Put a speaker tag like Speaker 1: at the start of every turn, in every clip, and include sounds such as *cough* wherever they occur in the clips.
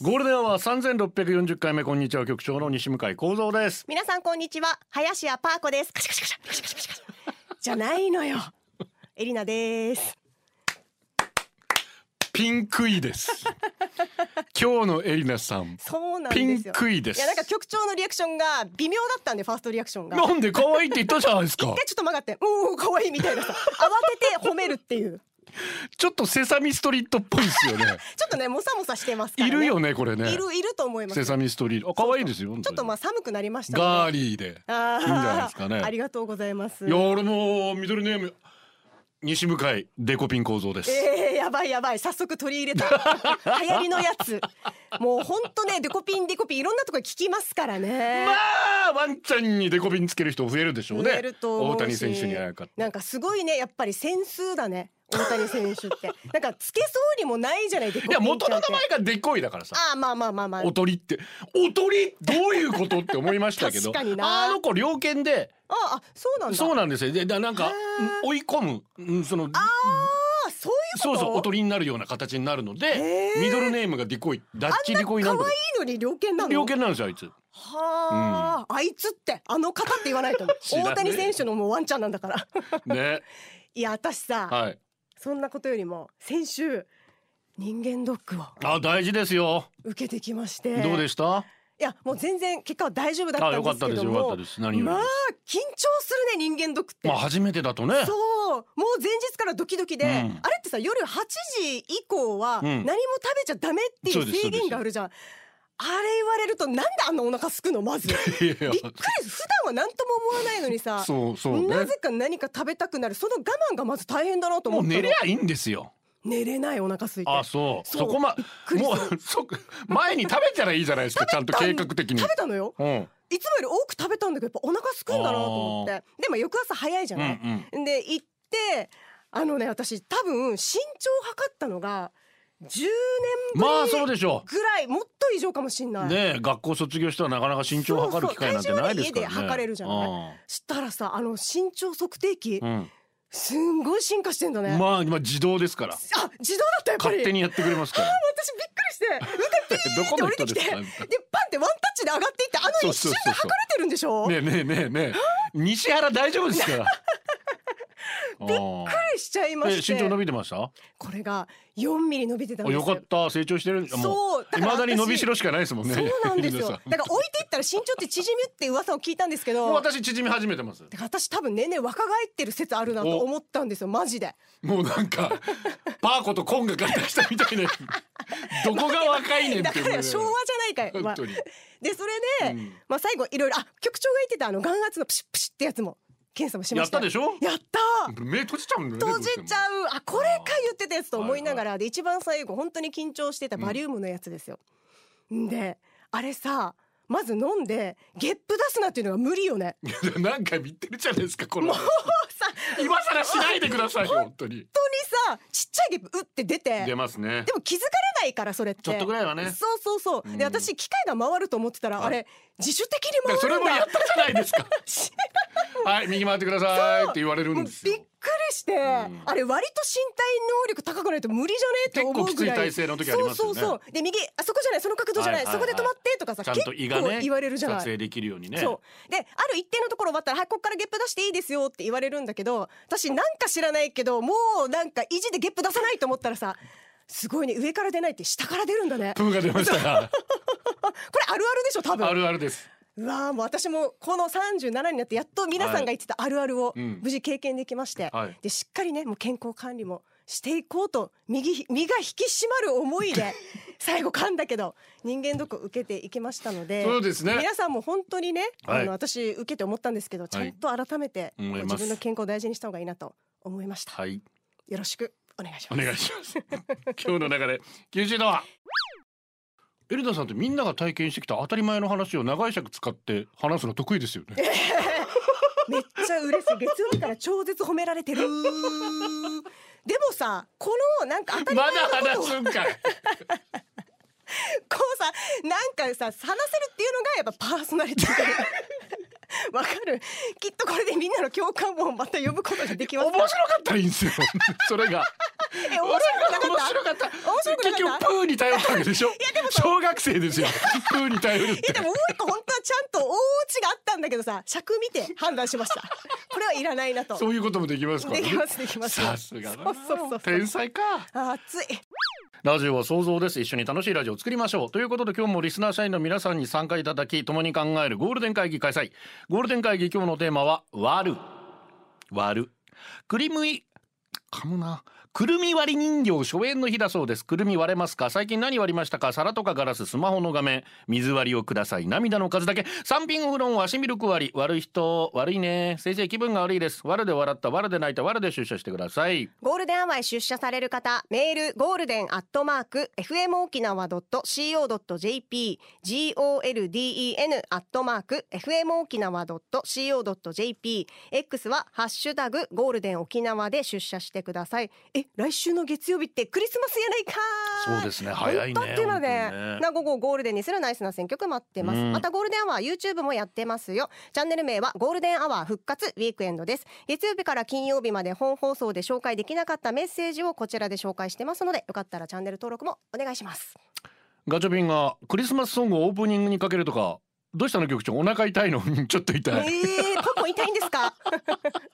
Speaker 1: ゴールデンは三千六百四十回目こんにちは局長の西向井光三です。
Speaker 2: 皆さんこんにちは林家パーコですカシャカシャカシャカシャカシャカシャじゃないのよエリナです
Speaker 1: ピンクイ *laughs* です。今日のエリナさん。
Speaker 2: そうなん
Speaker 1: ピ
Speaker 2: で
Speaker 1: ン
Speaker 2: すよ
Speaker 1: クイです。
Speaker 2: いやなんか局長のリアクションが微妙だったんでファーストリアクションがで
Speaker 1: なんで可愛いって言ったじゃないです *laughs* か。
Speaker 2: ちょっと曲がってうー可愛いみたいなさ慌てて褒めるっていう
Speaker 1: ちょっとセサミストリートっぽいですよね。
Speaker 2: ちょっとねもさもさしてますから、ね、
Speaker 1: いるよねこれね
Speaker 2: い。るいると思います
Speaker 1: セ
Speaker 2: ちょ
Speaker 1: サミストリート。あ可愛いですよ。
Speaker 2: っとまあ寒くなりました
Speaker 1: ガー
Speaker 2: リ
Speaker 1: リーで。
Speaker 2: あー
Speaker 1: いいんじゃないですかね
Speaker 2: ありがとうございます
Speaker 1: いや俺もミドルネーム西向井デコピン構造です。
Speaker 2: えー、やばいやばい早速取り入
Speaker 1: *laughs*
Speaker 2: れた流行りのやつもうほんとねデコピンデコピンいろんなところ聞きますからね、
Speaker 1: まあワンちゃんにデコピンつける人増えるでしょうね。
Speaker 2: 増えると思うし
Speaker 1: 大谷選手にあやかって。
Speaker 2: なんかすごいねやっぱりセンスだね大谷選手って
Speaker 1: *laughs*
Speaker 2: なんかつけそうにもないじゃないデコ
Speaker 1: い
Speaker 2: ピン
Speaker 1: や元の名
Speaker 2: ちゃんって
Speaker 1: 前がデコイだからさ。
Speaker 2: ああまあまあまあまあ
Speaker 1: おとりっておとりどういうことって思いましたけど
Speaker 2: *laughs* 確かにな
Speaker 1: あの子猟犬で
Speaker 2: ああそうなんだ
Speaker 1: そう
Speaker 2: あ
Speaker 1: なんですよでだなんか
Speaker 2: へー
Speaker 1: 追い込むうんその
Speaker 2: あそう
Speaker 1: そう
Speaker 2: いうこと
Speaker 1: そうおとりになるような形になるので
Speaker 2: へー
Speaker 1: ミドルネームがディコイダッチディコイ
Speaker 2: 可
Speaker 1: な
Speaker 2: 愛
Speaker 1: ん
Speaker 2: い
Speaker 1: だ
Speaker 2: のに猟犬なの
Speaker 1: 猟犬なんですよあいつ
Speaker 2: はあ、あいつってあの方って言わないと思
Speaker 1: 知ら
Speaker 2: う
Speaker 1: ねえ
Speaker 2: 大谷選手のもうワンちゃんなんだから *laughs*
Speaker 1: ね
Speaker 2: いや私さ、
Speaker 1: はい
Speaker 2: そんなことよりも先週人間ドックを
Speaker 1: あ大事ですよ
Speaker 2: 受けてきまして
Speaker 1: どうでした
Speaker 2: いやもう全然結果は大丈夫だ
Speaker 1: あ
Speaker 2: った
Speaker 1: よ
Speaker 2: ん
Speaker 1: か
Speaker 2: で
Speaker 1: っ
Speaker 2: す
Speaker 1: た
Speaker 2: け
Speaker 1: です
Speaker 2: ど
Speaker 1: よよかった
Speaker 2: も
Speaker 1: です何より
Speaker 2: まあ
Speaker 1: ま
Speaker 2: 緊張するね人間ドックって、
Speaker 1: あ初めてだとね
Speaker 2: そうもう前日からドキドキで、
Speaker 1: うん
Speaker 2: あれってさ夜8時以降は
Speaker 1: うん
Speaker 2: 何も食べちゃダメってい
Speaker 1: そう
Speaker 2: う
Speaker 1: です
Speaker 2: 制限があるじゃん、あれ言われるとなんであんなお腹すくのまずびっくり
Speaker 1: いやいや
Speaker 2: 普段は何とも思わないのにさ
Speaker 1: そうそうね
Speaker 2: なぜか何か食べたくなるその我慢がまず大変だなと
Speaker 1: も
Speaker 2: 思
Speaker 1: う
Speaker 2: ったの
Speaker 1: 寝りゃいいんですよ
Speaker 2: 寝れないお腹空いて
Speaker 1: あそう
Speaker 2: そ
Speaker 1: そうこま
Speaker 2: くりす
Speaker 1: も
Speaker 2: る
Speaker 1: うそ前に食べたらいいじゃないですかちゃんと計画的に
Speaker 2: 食べたのよ
Speaker 1: うん
Speaker 2: いつもより多く食べたんだけどやっぱお腹すくんだなと思ってでも翌朝早いじゃ
Speaker 1: うんう
Speaker 2: ない、
Speaker 1: ん
Speaker 2: で行ってあのね私多分身長測ったのが10年
Speaker 1: まあそうでしょ
Speaker 2: ぐらいもっと以上かもしん
Speaker 1: う。
Speaker 2: ない、
Speaker 1: ねえ学校卒業したらなかなか身長を測る機会なんてないですからね。
Speaker 2: そうそう体重はね家で測れるじゃなしたらさあの身長測定器、
Speaker 1: うん。
Speaker 2: すんごい進化してんだ
Speaker 1: う
Speaker 2: ね、
Speaker 1: ん。まあ今自動ですから。
Speaker 2: あ自動だったやっぱり
Speaker 1: 勝手にやってくれますから。
Speaker 2: 私びっくりして腕ピ
Speaker 1: ど
Speaker 2: ーっ
Speaker 1: こ
Speaker 2: て
Speaker 1: の
Speaker 2: 降り
Speaker 1: 人
Speaker 2: て
Speaker 1: で
Speaker 2: き
Speaker 1: す
Speaker 2: てで
Speaker 1: か
Speaker 2: パンってワンタッチで上がっていってあの一瞬で測れてるんでしょ
Speaker 1: ねえねえねえねえ。西原大丈夫
Speaker 2: *laughs*
Speaker 1: ですから。びっく
Speaker 2: びっくりしちゃいま
Speaker 1: え
Speaker 2: して
Speaker 1: 身長伸びてました？
Speaker 2: これが4ミリ伸びてたん
Speaker 1: あ
Speaker 2: です
Speaker 1: よ
Speaker 2: よ
Speaker 1: かった成長してる。も
Speaker 2: そうだから
Speaker 1: 未だに伸びしろ
Speaker 2: 私
Speaker 1: しかないですもんね。
Speaker 2: そうなんですよ
Speaker 1: 皆さ
Speaker 2: だから置いていったら身長って縮むって噂を聞いたんですけど
Speaker 1: もう私縮み始めてます。
Speaker 2: だから私多分年々若返ってる説あるなと思ったんですよマジで
Speaker 1: もうなんかパーコとコンが合体したみ
Speaker 2: *laughs*
Speaker 1: たいな。どこが若いねん
Speaker 2: だ
Speaker 1: って
Speaker 2: か
Speaker 1: 思いなが
Speaker 2: ら昭和じゃないかい、ま
Speaker 1: 本
Speaker 2: あ
Speaker 1: 当に。
Speaker 2: でそれで、
Speaker 1: うん
Speaker 2: まあ最後いろいろあ局長が言ってたあの眼圧のプシュプシュってやつも検査もしま
Speaker 1: やっ
Speaker 2: した
Speaker 1: たでしょ？
Speaker 2: やったー
Speaker 1: 目閉じちゃうんだよね。
Speaker 2: 閉じちゃうあこれか言ってたやつと思いなが
Speaker 1: は
Speaker 2: らで一番最後本当に緊張してたバリウムのやつですよ。んであれさまず飲んでゲップ出すなっていうのが無理よね。
Speaker 1: どうしても。いや何回も言ってるじゃないですかこの。
Speaker 2: さ
Speaker 1: *laughs* 今更しないでください
Speaker 2: *laughs*
Speaker 1: よ本当に。
Speaker 2: 本当にさちっちゃいゲップ打って出て
Speaker 1: 出ますね
Speaker 2: で。も気づかれないからそれって
Speaker 1: ちょっとぐらいはね。
Speaker 2: そうそうそう、
Speaker 1: うん
Speaker 2: で私機械が回ると思ってたら、
Speaker 1: はい
Speaker 2: あれ自主的に
Speaker 1: だからそ
Speaker 2: 回
Speaker 1: れ
Speaker 2: るん
Speaker 1: もや
Speaker 2: だ
Speaker 1: ったじゃないですか。はい右回ってくださいって言われる
Speaker 2: も
Speaker 1: ん
Speaker 2: う
Speaker 1: で
Speaker 2: びっく
Speaker 1: すよ
Speaker 2: り。して、
Speaker 1: ん
Speaker 2: あれ割と身体能力高くないと無理じゃねえって思うぐらい
Speaker 1: 結構きつい体勢の時ありますよね
Speaker 2: そうそうそうで右あそこじゃないその角度じゃない,、
Speaker 1: はいはいはい
Speaker 2: そこで止まってとかさ
Speaker 1: ちゃんと胃が
Speaker 2: 結
Speaker 1: ね
Speaker 2: 構言われるじゃ
Speaker 1: 撮
Speaker 2: ない
Speaker 1: 影できるようにね。
Speaker 2: そうである一定のところ終わったら「はいここからゲップ出していいですよ」って言われるんだけど私なんか知らないけどもうなんか意地でゲップ出さないと思ったらさすごいね上から出ないって下から出るんだね
Speaker 1: プーが出ました
Speaker 2: *laughs*
Speaker 1: か
Speaker 2: これあるあるでしょ多
Speaker 1: ら。あ
Speaker 2: 分
Speaker 1: るあるです。
Speaker 2: うわーもう私もこの37になってやっと皆さんが言ってたあるあるを
Speaker 1: はいうん
Speaker 2: 無事経験できまして、
Speaker 1: はい
Speaker 2: でしっかりねもう健康管理もしていこうと右身が引き締まる思い
Speaker 1: *laughs*
Speaker 2: で最後噛んだけど人間ドックを受けていきましたので
Speaker 1: そうですね
Speaker 2: 皆さんも本当にね、
Speaker 1: はい
Speaker 2: あの私受けて思ったんですけどちゃんと改めて、
Speaker 1: 思います
Speaker 2: 自分の健康を大事にした方がいいなと思いました、
Speaker 1: はい
Speaker 2: よろしくお願いし
Speaker 1: お
Speaker 2: ます
Speaker 1: 願いします。 *laughs* 今日の流れ九州はエルダさんってみんなが体験してきた当たり前の話を長い尺使って話すの得意ですよね。
Speaker 2: めっちゃ嬉しい月曜日から超絶褒めら
Speaker 1: *laughs*
Speaker 2: れてるでもさこのなんか当たり
Speaker 1: ま
Speaker 2: 前の
Speaker 1: だ
Speaker 2: ことを
Speaker 1: 話すんかい
Speaker 2: こうさなんかさ話せるっていうのがやっぱパーソナリテ
Speaker 1: *laughs*
Speaker 2: ィわかるきっとこれでみんなの共感をまた呼ぶことができます
Speaker 1: 面白かったらいいん
Speaker 2: *laughs*
Speaker 1: ですよそれが
Speaker 2: え面白くなかった
Speaker 1: 面白かった
Speaker 2: 面白くなかった
Speaker 1: 結局プーに頼ったわけでしょ小学生ですよプーに頼るっ
Speaker 2: いや
Speaker 1: て
Speaker 2: でももう一個本当はちゃんと大オチがあったんだけどさ尺見て判断しましたこれはいらないなと
Speaker 1: そういうこともできますから
Speaker 2: で
Speaker 1: ね
Speaker 2: きますできます
Speaker 1: さすがだ
Speaker 2: そう
Speaker 1: な
Speaker 2: そうそうそう
Speaker 1: 天才か
Speaker 2: あ熱い
Speaker 1: ラジオは想像です一緒に楽しいラジオを作りましょうということで今日もリスナー社員の皆さんに参加いただき共に考えるゴールデン会議開催ゴールデン会議今日のテーマは割る割るくりむいかむなくるみ割り人形初演の日だそうですくるみ割れますか最近何割りましたか皿とかガラススマホの画面水割りをください涙の数だけ三品お風呂わしミルク割り悪い人悪いね先生気分が悪いです悪で笑った悪で泣いた悪で出社してください
Speaker 2: ゴールデンアワーへ出社される方、メール、ゴールデンアットマーク、fmokinawa.co.jp、golden アットマーク、fmokinawa.co.jp、X は、ハッシュタグ、ゴールデン沖縄で出社してください。え、来週の月曜日ってクリスマスやないか
Speaker 1: そうですね早いね
Speaker 2: 本当あっという間
Speaker 1: 本当にね
Speaker 2: ね。な午後ゴールデンにするナイスな選曲待ってます。
Speaker 1: うん
Speaker 2: またゴールデンアワー YouTube もやってますよ。チャンネル名はゴールデンアワー復活ウィークエンドです。月曜日から金曜日まで本放送で紹介できなかったメッセージをこちらで紹介してますので、よかったらチャンネル登録もお願いします。
Speaker 1: ガチャピンがクリスマスソングをオープニングにかけるとかどうしたの局長お腹痛いの *laughs* ちょっと
Speaker 2: え
Speaker 1: 痛い、
Speaker 2: ー、ポッポン痛いんで
Speaker 1: *laughs*
Speaker 2: すか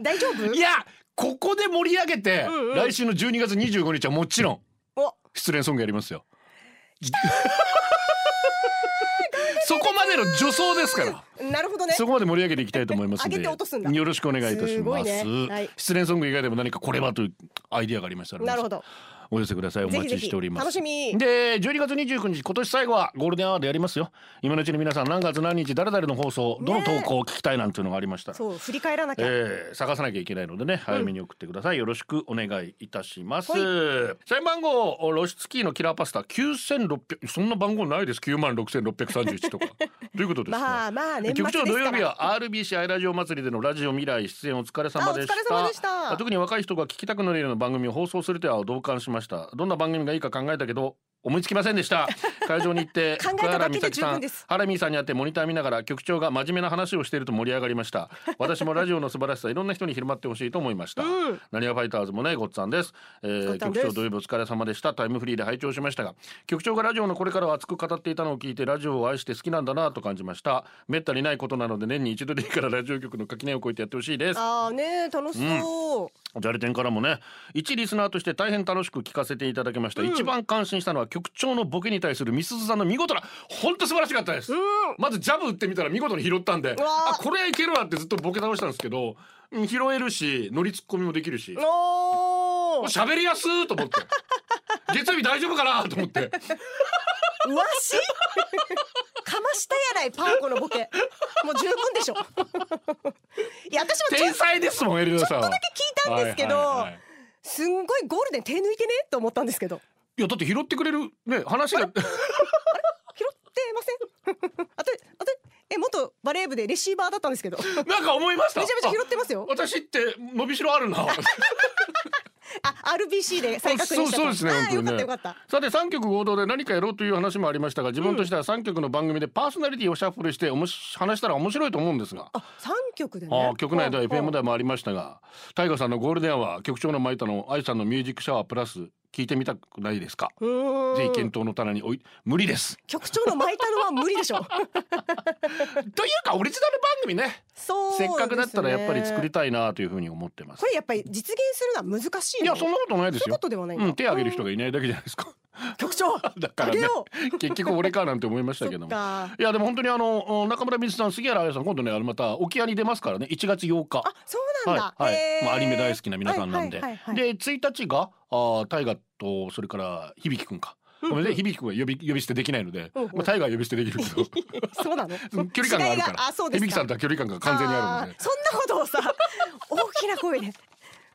Speaker 2: 大丈夫
Speaker 1: いやここで盛り上げて、
Speaker 2: うんうん
Speaker 1: 来週の12月25日はもちろん
Speaker 2: お
Speaker 1: 失恋ソングやりますよそこまでの助走ですから
Speaker 2: なるほ *laughs* どね。
Speaker 1: そこまで盛り上げていきたいと思いますんで
Speaker 2: 上げて落とすんだ
Speaker 1: よろしくお願いいたし
Speaker 2: すご
Speaker 1: ま
Speaker 2: い
Speaker 1: す
Speaker 2: ねはい
Speaker 1: 失恋ソング以外でも何かこれはというアイディアがありましたら
Speaker 2: なるほど。
Speaker 1: お寄せくださいお
Speaker 2: ぜ
Speaker 1: 待
Speaker 2: ひぜ
Speaker 1: ち
Speaker 2: ひ
Speaker 1: しております
Speaker 2: 楽しみ。
Speaker 1: で12月29日今年最後はゴールデンアワーでやりますよ今のうちに皆さん何月何日誰々の放送どの投稿を聞きたいなんていうのがありましたら、
Speaker 2: そう、振り返らなきゃ。
Speaker 1: えー探さなきゃいけないのでね早めに送ってください、よろしくお願いいたします、
Speaker 2: はい
Speaker 1: 社員番号露出キーのキラーパスタ9600そんな番号ないです96,631とか
Speaker 2: *laughs*
Speaker 1: ということですね、
Speaker 2: まあまあ年末です
Speaker 1: 局長
Speaker 2: から。
Speaker 1: 土曜日は RBC アイラジオ祭りでのラジオ未来出演お疲れ様でした
Speaker 2: あお疲れ様でした
Speaker 1: あ特に若い人が聞きたくなるような番組を放送するとは同感しましたどんな番組がいいか考えたけど思いつきませんでした *laughs* 会場に行って
Speaker 2: 考えただけで十分です
Speaker 1: 福原美咲さんハラミーさんに会ってモニター見ながら局長が真面目な話をしていると盛り上がりま
Speaker 2: *laughs*
Speaker 1: した私もラジオの素晴らしさいろんな人に広まってほしいと思いました
Speaker 2: うん
Speaker 1: なにわファイターズもねごっつぁんです,、えー
Speaker 2: ごっつぁん
Speaker 1: 局
Speaker 2: です
Speaker 1: 長土曜日お疲れ様でしたタイムフリーで拝聴しましたが局長がラジオのこれからを熱く語っていたのを聞いてラジオを愛して好きなんだなと感じましためったにないことなので年に一度でいいからラジオ局の垣根を越えてやってほしいです
Speaker 2: ああね、楽しそう。
Speaker 1: じゃれてんからもね一リスナーとして大変楽しく聞かせていただきました、一番感心したのは局長のボケに対するみすずさんの見事な本当素晴らしかったです、まずジャブ打ってみたら見事に拾ったんで
Speaker 2: わあ
Speaker 1: あこれはいけるわってずっとボケ倒したんですけどうん拾えるし乗りツッコミもできるし
Speaker 2: おお。
Speaker 1: 喋りやすーと思って月曜日大丈夫かなと思って
Speaker 2: わしかましたやないパーコのボケもう十分でしょいや私もちょっ
Speaker 1: 天
Speaker 2: と
Speaker 1: 才ですもんエリナさんは
Speaker 2: 聞いたんですけど、
Speaker 1: はいはいはい
Speaker 2: すんごいゴールデン手抜いてねと思ったんですけど
Speaker 1: いやだって拾ってくれるね
Speaker 2: *laughs*
Speaker 1: 話が
Speaker 2: 拾ってませんあとあとえ元バレー部でレシーバーだったんですけどめちゃ
Speaker 1: なんか思いました
Speaker 2: めちゃ拾ってます
Speaker 1: あ *laughs*
Speaker 2: よ
Speaker 1: 私って伸びしろあるな
Speaker 2: あ RBC で再確認した
Speaker 1: そうそうですね
Speaker 2: あーよ
Speaker 1: 本当
Speaker 2: かっ
Speaker 1: に
Speaker 2: た
Speaker 1: ね
Speaker 2: よかった
Speaker 1: さて3曲合同で何かやろうという話もありましたが自分としては3曲の番組でパーソナリティをシャッフルしておもし話したら面白いと思うんですが、
Speaker 2: あ三曲で
Speaker 1: あ
Speaker 2: ね
Speaker 1: あ曲内では
Speaker 2: うん
Speaker 1: FM 台もありましたが大河さんの「ゴールデンアワー」局長の舞田の愛さんの「ミュージックシャワープラス」聞いてみたくないですか
Speaker 2: うーん
Speaker 1: ぜひ検討の棚に置い無理です
Speaker 2: 局長の巻いたのは無理でし
Speaker 1: *laughs*
Speaker 2: ょ
Speaker 1: というかオリジナル番組ね
Speaker 2: そうです
Speaker 1: せ
Speaker 2: ね
Speaker 1: っかくだったらやっぱり作りたいなというふうに思ってます
Speaker 2: これやっぱり実現するのは難しい
Speaker 1: い
Speaker 2: の
Speaker 1: やそんなことないです
Speaker 2: そういう
Speaker 1: よ
Speaker 2: ことではないんだ
Speaker 1: うん手挙げる人がいないだけじゃないですか *laughs*
Speaker 2: 局長
Speaker 1: だから
Speaker 2: あげ
Speaker 1: ね
Speaker 2: よ
Speaker 1: 結局俺かなんて思いました
Speaker 2: そ
Speaker 1: けど
Speaker 2: っ
Speaker 1: も
Speaker 2: か
Speaker 1: いやでも本当にあのうん中村光さん杉原彩さん今度ねあのまた沖合に出ますからね1月8日
Speaker 2: あそうなんだ、
Speaker 1: はいはい
Speaker 2: へー
Speaker 1: まあアニメ大好きな皆さんなんで、
Speaker 2: はいはいはいはい
Speaker 1: で1日があー大河とそれから響くんか、
Speaker 2: うん
Speaker 1: ごめんね響くんは呼び呼び捨てできないので、
Speaker 2: うんうん
Speaker 1: まあ、大河は呼び捨てできる
Speaker 2: *laughs*
Speaker 1: けど
Speaker 2: そ
Speaker 1: *laughs*
Speaker 2: うなの
Speaker 1: 距離感があるか
Speaker 2: 違いあそう
Speaker 1: ら
Speaker 2: ですか
Speaker 1: 響さんとは距離感が完全にあるので
Speaker 2: ーそんなことをさ大きな声で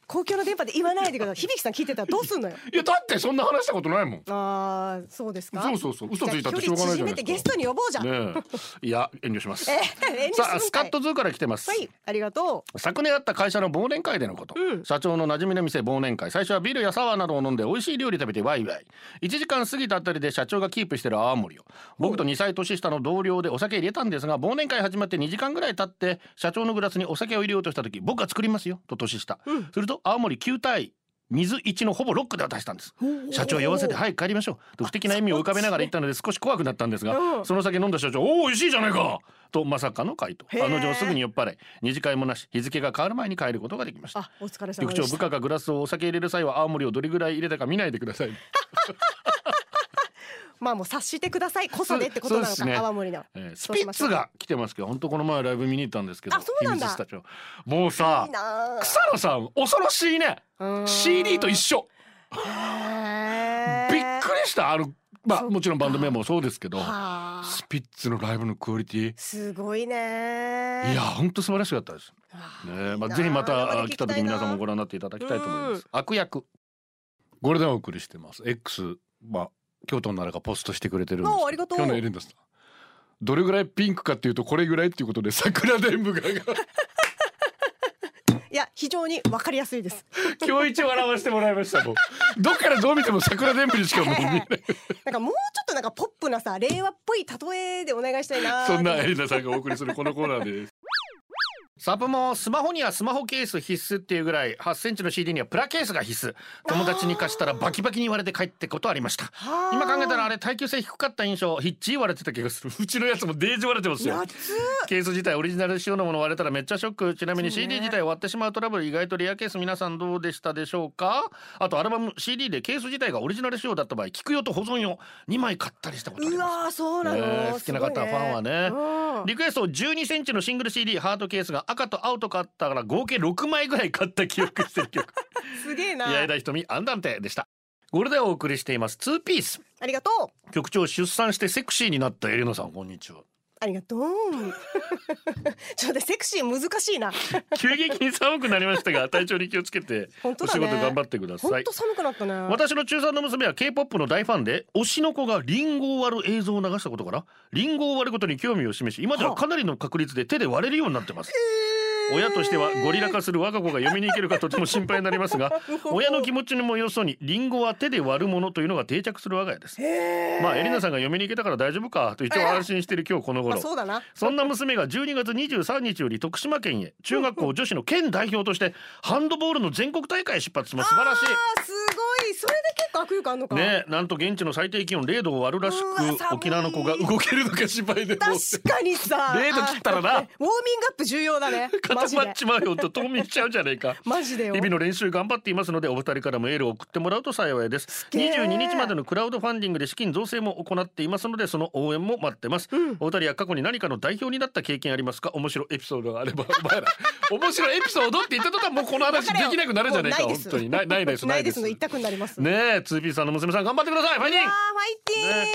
Speaker 2: 公共の電波で言わないでください。響さん聞いてたらどうすんのよ。
Speaker 1: いやだってそんな話したことないもん
Speaker 2: ああ、そうですか。
Speaker 1: そうそうそう嘘ついたってしょうがないじゃないで
Speaker 2: じゃあ距離縮めてゲ
Speaker 1: す
Speaker 2: ス
Speaker 1: か
Speaker 2: トに呼ぼうじゃん。
Speaker 1: ねえいや遠慮します
Speaker 2: えー遠慮するん
Speaker 1: さ
Speaker 2: か
Speaker 1: あ
Speaker 2: い
Speaker 1: スカットズーから来てます、
Speaker 2: はい、ありがと
Speaker 1: 昨年あった会社の忘年会でのこと、
Speaker 2: うん
Speaker 1: 社長の馴染みの店忘年会最初はビールやサワーなどを飲んで美味しい料理食べてワイワイ1時間過ぎたあたりで社長がキープしてる泡盛を僕と2歳年下の同僚でお酒入れたんですが忘年会始まって2時間ぐらい経って社長のグラスにお酒を入れようとした時僕が作りますよと年下、
Speaker 2: うん
Speaker 1: すると泡盛9対水1のほぼロックで渡したんです
Speaker 2: う。
Speaker 1: 社長を酔わせて「早く帰りましょう」と不敵な意味を浮かべながら言ったので少し怖くなったんです
Speaker 2: う
Speaker 1: が
Speaker 2: ん
Speaker 1: その酒飲んだ社長「おお美味しいじゃないか!」とまさかの回答
Speaker 2: へー
Speaker 1: あの女すぐに酔っ払い二次会もなし日付が変わる前に帰ることができまし
Speaker 2: う。
Speaker 1: た
Speaker 2: あ、お疲れ様
Speaker 1: 局
Speaker 2: で
Speaker 1: 長
Speaker 2: し
Speaker 1: 部
Speaker 2: た。
Speaker 1: 下がグラスをお酒入れる際は青森をどれぐらい入れたか見ないでください
Speaker 2: まあもう察してくださいこそでってことなの
Speaker 1: そ
Speaker 2: か、
Speaker 1: うですね
Speaker 2: 泡盛の。
Speaker 1: えース
Speaker 2: そう
Speaker 1: ピ
Speaker 2: し
Speaker 1: ッ
Speaker 2: ましょ
Speaker 1: ツ
Speaker 2: う
Speaker 1: が来てますけど本当この前ライブ見に行ったんですけど
Speaker 2: あそうなんだ
Speaker 1: 秘密スタジオもうさ
Speaker 2: いいな
Speaker 1: 草野さん恐ろしいね
Speaker 2: ー。
Speaker 1: CD と一
Speaker 2: 緒。
Speaker 1: 緒びっくりしたあのまあ
Speaker 2: そっか
Speaker 1: もちろんバンドメンバーもそうですけど
Speaker 2: はあ。
Speaker 1: スピッツのライブのクオリティ
Speaker 2: すごいね
Speaker 1: いや本当素晴らしかったですねえ、まあ、ぜひまた来た時皆さんもご覧になっていただきたいと思います。悪役。ゴールデンをお送りしてます。X、まあ、京都の奈良がポストしてくれてるんですけど。
Speaker 2: おーありがとう
Speaker 1: 去年いるんです。どれぐらいピンクかっていうと、これぐらいっていうことで、桜伝武が。
Speaker 2: いや非常にわかりやす
Speaker 1: *laughs*
Speaker 2: いです
Speaker 1: 今日一笑わせてもらいました。もうどっからどう見ても桜伝武にしかもう見えない。
Speaker 2: なんかもうちょっとなんかポップなさ令和っぽい例えでお願いしたいな
Speaker 1: *laughs* そんなエリナさんがお送りするこのコーナーです。サブもスマホにはスマホケース必須っていうぐらい8センチの CD にはプラケースが必須友達に貸したらバキバキに言われて帰ってことありました
Speaker 2: はあ
Speaker 1: 今考えたらあれ耐久性低かった印象ひっちり割れてた気がする *laughs* うちのやつもデージ割れてますよ
Speaker 2: やつ
Speaker 1: *laughs* ケース自体オリジナル仕様のもの割れたらめっちゃショックちなみに
Speaker 2: そうね
Speaker 1: CD 自体割ってしまうトラブル意外とレアケース皆さんどうでしたでしょうかあとアルバム CD でケース自体がオリジナル仕様だった場合聞くよと保存用2枚買ったりしたことあり
Speaker 2: う
Speaker 1: ます
Speaker 2: わーそうなの、
Speaker 1: ね好きな方はファンはね
Speaker 2: すごいね
Speaker 1: リクエスト12センチのシングル CD ハートケースが赤と青と買ったから合計6枚ぐらい買った記憶してる
Speaker 2: *laughs*
Speaker 1: 曲
Speaker 2: うんすげえな
Speaker 1: 八重田瞳アンダンテでしたゴールデンをお送りしています2ピース
Speaker 2: ありがとう
Speaker 1: 局長出産してセクシーになったエレナさんこんにち
Speaker 2: *laughs*
Speaker 1: は
Speaker 2: ありがとうちょっと待ってセクシー難しいな
Speaker 1: 急激に寒くなりましたが体調に気をつけて
Speaker 2: 本当
Speaker 1: お
Speaker 2: だ
Speaker 1: 仕
Speaker 2: ね
Speaker 1: 事頑張ってくださ
Speaker 2: 本
Speaker 1: い
Speaker 2: 当寒くなったね
Speaker 1: 私の中3の娘は K-POP の大ファンで推しの子がリンゴを割る映像を流したことからリンゴを割ることに興味を示し今ではかなりの確率で手で割れるようになってます親としてはゴリラ化する我が子が読みに行けるかとても心配になりますが
Speaker 2: *laughs*
Speaker 1: 親の気持ちにもよそにリンゴは手で割るものというのが定着する我が家ですまあエリナさんが読みに行けたから大丈夫かと一応安心している今日この
Speaker 2: ま
Speaker 1: 頃
Speaker 2: あそうだな
Speaker 1: そんな娘が12月23日より徳島県へ中学校女子の県代表としてハンドボールの全国大会へ出発します素晴らしい
Speaker 2: あーすごいそれで結構握力あんのか
Speaker 1: ねえなんと現地の最低気温0度を割るらし
Speaker 2: うわ寒
Speaker 1: く
Speaker 2: い
Speaker 1: 沖縄の子が動けるのか心配でもう
Speaker 2: *laughs* 確かにさ
Speaker 1: 0度切ったらな
Speaker 2: *laughs* あウォーミングアップ重要だね
Speaker 1: *laughs*
Speaker 2: マ
Speaker 1: 固
Speaker 2: ジ
Speaker 1: まっ
Speaker 2: で
Speaker 1: ちまうよと冬眠しちゃうじゃねえか
Speaker 2: マジでよ
Speaker 1: 日々の練習頑張っていますのでお二人からもエールを送ってもらうと幸いです
Speaker 2: げえ
Speaker 1: 22日までのクラウドファンディングで資金造成も行っていますのでその応援も待ってます、お二人は過去に何かの代表になった経験ありますか面白いエピソードがあればお前ら面白いエピソードって言った途端もうこの話できなくなるじゃねえか
Speaker 2: もう
Speaker 1: 本当にないないです
Speaker 2: ないですの一択になります
Speaker 1: ねえ 2P さんの娘さん頑張ってくださいファイ
Speaker 2: い
Speaker 1: ティン
Speaker 2: やーフ
Speaker 1: グ
Speaker 2: ァイティーン